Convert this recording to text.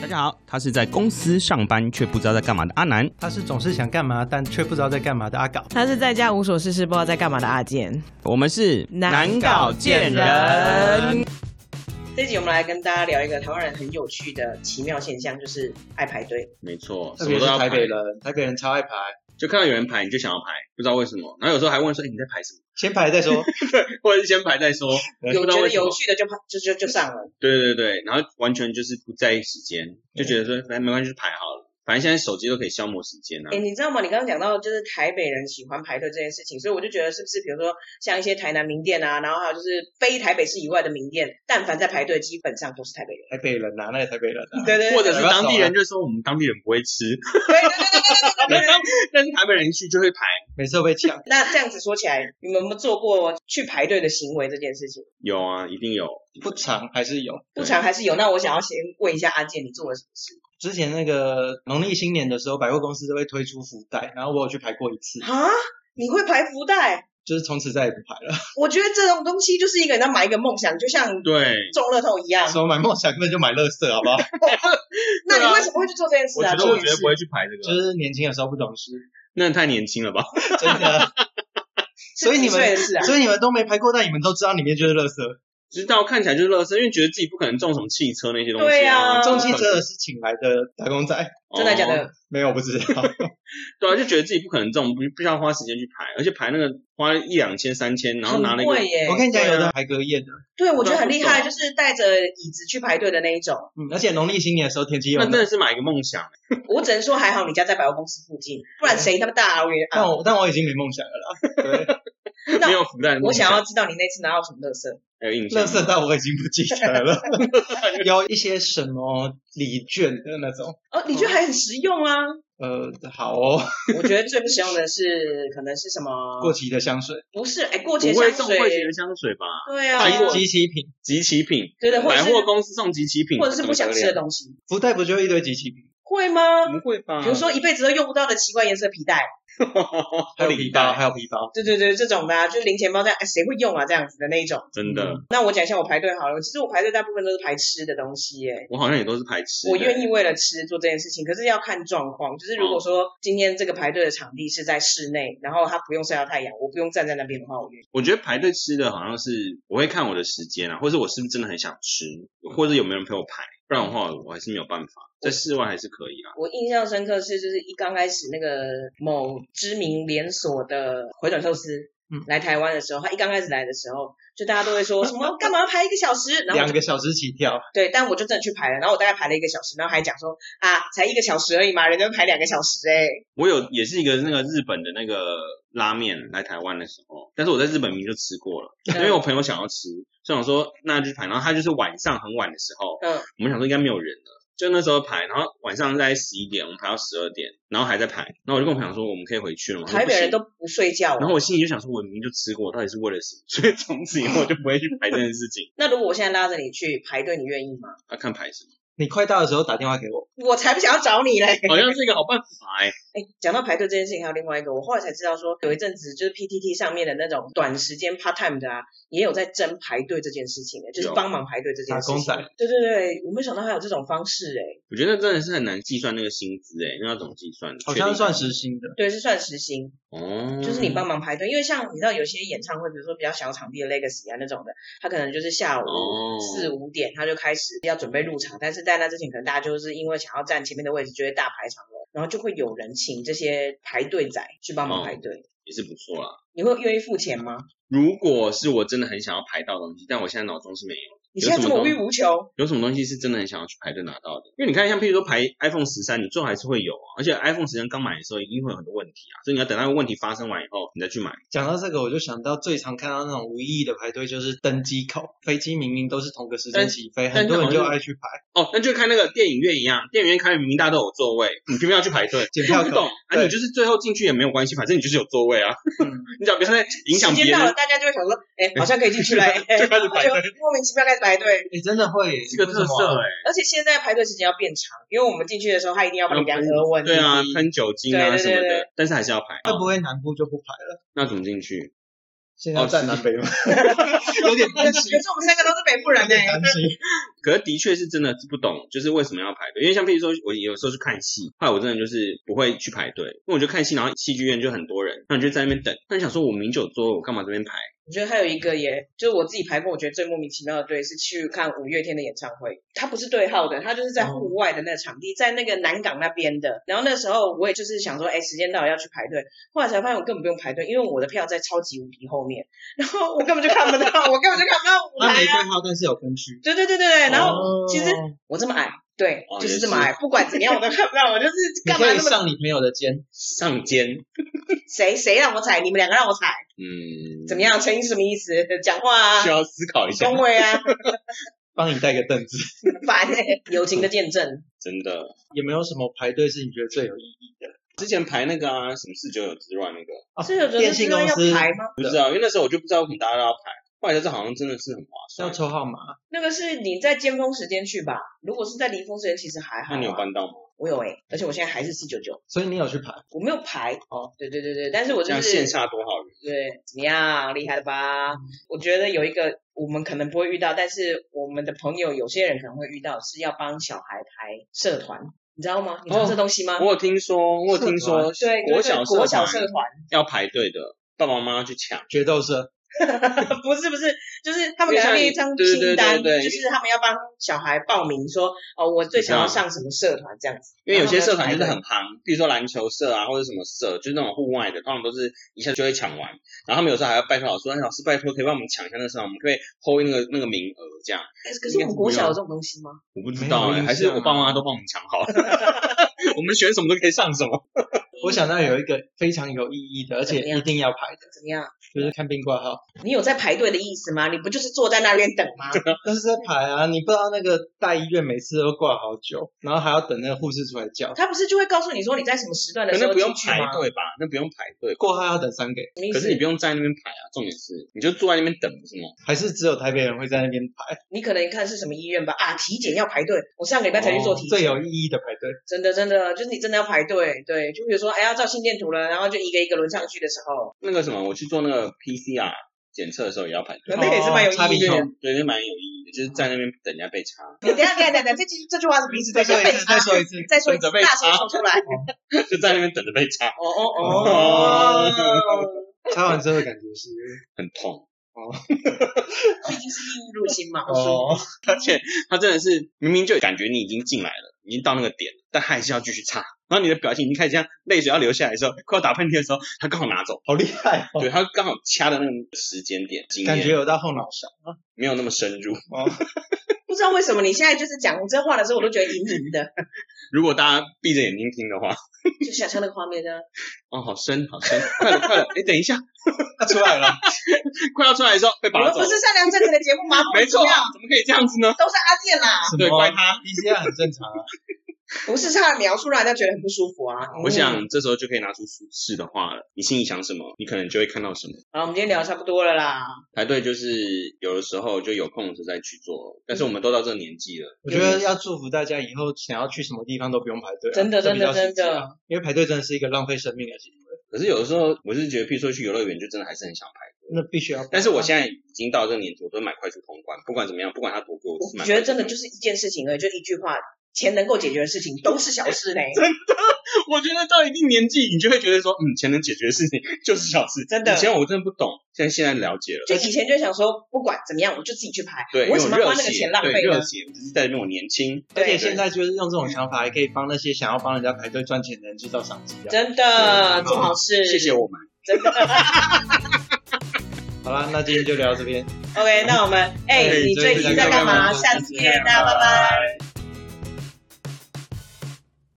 大家好，他是在公司上班却不知道在干嘛的阿南。他是总是想干嘛，但却不知道在干嘛的阿搞。他是在家无所事事，不知道在干嘛的阿健。我们是难搞贱人。这集我们来跟大家聊一个台湾人很有趣的奇妙现象，就是爱排队。没错，特什别么是都要台排，北人，台北人超爱排，就看到有人排你就想要排，不知道为什么。然后有时候还问说：“哎、你在排什么 先排 再说。？”或者是先排再说，呃不有知道觉为得什么有。趣的就排就就就上了，对对对，然后完全就是不在意时间，就觉得说反正没关系，就排好了。反正现在手机都可以消磨时间啊哎、。你知道吗？你刚刚讲到就是台北人喜欢排队这件事情，所以我就觉得是不是比如说像一些台南名店啊，然后还有就是非台北市以外的名店，但凡在排队，基本上都是台 北人。台北人啊，那个台北人啊，对对对，或者是不要当地走啊人就说我们当地人不会吃，对对对对对对对对。但是台北人一去就会排。每次都被呛。那这样子说起来，你们有没有做过去排队的行为这件事情？有啊，一定有。不长还是有。不常还是有。那我想要先问一下阿健，你做了什么事？之前那个农历新年的时候，百货公司都会推出福袋，然后我有去排过一次，啊，你会排福袋？就是从此再也不排 了。我觉得这种东西就是一个人要买一个梦想，就像对，中乐透一样。啊说买梦想根本就买乐 色，好不好？那你为什么会去做这件事我啊？觉得重我点绝对是不会去排这就个，是年轻的时候不懂事， 那太年轻了吧？真的。所以你是几岁们，的事啊？所以你们都没排过，但你们都知道里面就是乐色。知道看起来就是乐色，因为觉得自己不可能中什么汽车那些东西对啊中汽车的是请来的打工仔，真的假哦的？没有我不知道。 对啊，就觉得自己不可能中，不不需要花时间去排，而且排那个花一两千、三千，然后拿那很个贵耶我！跟你讲，对啊有的排隔夜的，对，我觉得很厉害，那就是带着椅子去排队的那一种。嗯，而且农历新年的时候天气又那冷真。的是买一个梦想。我只能说还好你家在百货公司附近，不嗯然谁他妈大老远但啊？我但我已经没梦想了啦，那没有福袋的我梦想要知道你那次拿到什么乐色。还有印象乐。色到我已经不记得 了， 有一些什么礼券的那种，哦，你觉得还很实用啊？呃，好哦，我觉得最不实用的是，可能是什么？过期的香水、不是，哎，过节不会香中会水节，的香水吧？对啊，太过集齐品，集齐品，对对，或者百是货公司送集齐品，或者是不想吃的东东西，福袋不就一堆集齐品，会吗？不会吧？比如说一辈子都用不到的奇怪颜色皮带，还还有有皮礼包，包，还有皮包，对对对，这种的、啊，就是零钱包这样，哎谁会用啊？这样子的那一种。真的，那我讲一下我排队好了，其实我排队大部分都是排吃的东西耶、我好像也都是排吃的。哦我愿意为了吃做这件事情，可是要看状况。就是如果说今天这个排队的场地是在室内，然后它不用晒到太阳，我不用站在那边的话，我愿意。我觉得排队吃的好像是我会看我的时间啊，或是我是不是真的很想吃，或者有没有人陪我排，不然的话我还是没有办法。在室外还是可以啦。啊我印象深刻是，就是一刚开始那个某知名连锁的回转寿司。嗯来台湾的时候，他一刚开始来的时候，就大家都会说什么干嘛排一个小时，然后我两就个小时起跳，对，但我就真的去排了，然后我大概排了一个小时，然后还讲说啊，才一个小时而已嘛，人家排两个小时哎、我有也是一个那个日本的那个拉面来台湾的时候，但是我在日本明明就吃过了，嗯因为我朋友想要吃，所以我说那就去排。然后他就是晚上很晚的时候，嗯，我们想说应该没有人了，就那时候排，然后晚上在十一点，我们排到十二点，然后还在排。然后我就跟我朋友说我们可以回去了嘛，台北人都。都不睡觉然哦。后我心里就想说，我明明就吃过，我到底是为了什么？所以从此以后我就不 会去排这件事情。那如果我现在拉着你去排队，你愿意吗？啊，看排什么？你快到的时候打电话给我，我才不想要 找你嘞！好像是一个好办法哎、哎，讲到排队这件事情，还有另外一个，我后来才知道说，有一阵子就是 PTT 上面的那种短时间 part time 的啊，也有在争排队这件事情的，就是有帮忙排队这件打事工情。仔，对对对，我没想到还有这种方式哎、我觉得真的是很难计算那个薪资哎、那要怎么计算？好确像定算时薪的，对，是算时薪。嗯哦，就是你帮忙排队，因为像你知道有些演唱会，比如说比较小场地的 Legacy 啊那种的，他可能就是下午哦四五点他就开始要准备入场，但是在那之前可能大家就是因为想要占前面的位置，就会大排长龙，然后就会有人请这些排队仔去帮忙排哦队。也是不错啦。你会愿意付钱吗？如果是我真的很想要排到的东西，但我现在脑中是没有，你现在这么无欲无求，有什么东西是真的很想要去排队拿到的？因为你看，像譬如说排 iPhone 十三，你最后还是会有啊，而且 iPhone 十三刚买的时候一定会有很多问题啊，所以你要等那个问题发生完以后，你再去买。讲到这个，我就想到最常看到那种无意义的排队，就是登机口，飞机明明都是同个时间但起飞，但很多人那就好像爱去排，哦，那就看那个电影院一样，电影院开明明大家都有座位，你偏偏要去排队，检票不口懂，啊，对你就是最后进去也没有关系，反正你就是有座位啊，嗯 你只要不要再影响时别间到了，人，大家就会想说， 哎，好像可以进去了， 哎，就开始排队然后就莫名其妙开始排队。哎，真的会耶，这个特为什色么啊哎、而且现在排队时间要变长，因为我们进去的时候，他一定要帮你量额温。对啊，喷酒精啊对对什么对的对，但是还是要排。会不会南部就不排了？那怎么进去？现在要哦站南北吗？有点担心，可是我们三个都是北部人有点哎，担心。 可是的确是真的不懂，就是为什么要排队。因为像譬如说，我有时候去看戏，后来我真的就是不会去排队，因为我就看戏，然后戏剧院就很多人，那你就在那边等。那你想说，我明就有座位，我干嘛这边排？我觉得还有一个也，就是我自己排过，我觉得最莫名其妙的队是去看五月天的演唱会，他不是对号的，他就是在户外的那个哦场地，在那个南港那边的。然后那时候我也就是想说，哎，时间到了要去排队，后来才发现我根本不用排队，因为我的票在超级无敌后面，然后我根本就看不到，我根本就看不到舞那台没对啊。号，但是有分区。对对对对对， 然后哦其实我这么矮，对哦，就是也这么是矮，不管怎样我都看 不到，我就是你干嘛可以那么上你朋友的肩，上肩，谁谁让我踩，你们两个让我踩，嗯，怎么样？成语是什么意思？ 讲话啊需，要思考一下恭，维啊， 帮你带个凳子。烦欸友情的见证。真的。有没有什么排队是你觉得最有意义的？之前排那个啊，什么四九九之乱那个，啊是有电信公司要排吗？不知道，因为那时候我就不知道为什么大家都要排，后来才知道好像真的是很划要算。抽号码，那个是你在尖峰时间去吧？如果是在离峰时间，其实还好、那啊你有？办到吗？我有哎、而且我现在还是四九九，所以你有去排。我没有排哦。对对对对，但是我这就样是线下多好人，对，怎么样？厉害了吧？我觉得有一个我们可能不会遇到，但是我们的朋友有些人可能会遇到，是要帮小孩排社团，你知道吗？你知道这东西吗？哦我有听说，我有听说，对，国就是小国小社社团团。 要排队的，爸爸妈妈要去抢。决斗社，不是不是，就是他们给他列一张对对对清单，对对就是他们要帮小孩报名说，哦，我最想要你知道上什么社团这样子。因为有些然后社他团就们是排队很夯，比如说篮球社啊，或者什么社，就是那种户外的，通常都是一下就会抢完。然后他们有时候还要拜托老师，哎，老师拜托可以帮我们抢一下那个社团，我们可以 hold 那个那个名额这样。哎可是我们国小有这种东西吗？我不知道没哎、有印象还啊是我爸妈都帮我们抢好了， 我们选什么都可以上什么。我想到有一个非常有意义的，而且怎么样一定要排的，怎么样？就是看病挂号。你有在排队的意思吗？你不就是坐在那边等 吗？但是在排啊，你不知道那个大医院每次都挂好久，然后还要等那个护士出来叫，他不是就会告诉你说你在什么时段的可时能候不用进去排吗？队吧？那不用排队。挂号要等三个，什么意可思是你不用在那边排啊，重点是你就坐在那边等，不是吗？还是只有台北人会在那边排。你可能看是什么医院吧？啊，体检要排队。我上个礼拜才去做体最检，哦有意义的排队，真的真的就是你真的要排队。对，就比如说哎要照心电图了，然后就一个一个轮上去的时 候，那个什么，我去做那个 PCR 检测的时候也要排队。那个也是蛮有哦插意鼻义的。孔对，那蛮有意义的，就是在那边等人家被插。 你等一下等一下等一下，这句这句话是彼此在再说一被次，插再说一次，啊再说一等次，着被大声插说出来。就在那边等着被插，哦哦哦哦，插完之后的感觉是很痛。毕竟是异物入侵嘛，我说哦，他真的是明明就感觉你已经进来了，已经到那个点了，但还是要继续插。然后你的表情已经开始像泪水要流下来的时候，快要打喷嚏的时候，他刚好拿走，好厉害哦，对他刚好掐的那个时间点，经验感觉有到后脑勺没有那么深入。哦。不知道为什么你现在就是讲这话的时候，我都觉得隐隐 的，如果大家闭着眼睛听的话，就想象那个画面呢。哦，好深，好深， 快了，快了，哎，等一下，出来了，快要出来的时候被我拔们走不，是善良正直的节目啊吗？没错，啊不重要怎么可以这样子呢？都是阿健啦，什对么啊哦怪他 PCR 很正 常啊，不是是他的描述让人家觉得很不舒服啊。我想这时候就可以拿出苏轼的话了，你心里想什么，你可能就会看到什么。好，我们今天聊得差不多了啦。排队就是有的时候就有空的时候再去做，但是我们都到这个年纪了，我觉得要祝福大家以后想要去什么地方都不用排队啊、真的这比较真的实际啊真的，因为排队真的是一个浪费生命的行为，可是有的时候我是觉得，譬如说去游乐园，就真的还是很想排队。那必须要排啊。但是我现在已经到这个年纪，我都买快速通关，不管怎么样，不管它多贵，我都是买快速通我关。觉得真的就是一件事情而已，就一句话，钱能够解决的事情都是小事哎呢。我觉得到一定年纪，你就会觉得说，嗯，钱能解决的事情就是小事。真的以前我真的不懂，现在现在了解了。就以前就想说，不管怎么样，我就自己去排，对，我为什么要有花热那个血，钱浪费对热呢？血，只是在那边我年轻。而且对，现在就是用这种想法，还可以帮那些想要帮人家排队赚钱的人制造商机啊。真的做好事，谢谢我们，真的。好啦，那今天就聊到这边。 OK，那我们哎、哎你最最近近在在干干嘛嘛？下次见，大家拜拜。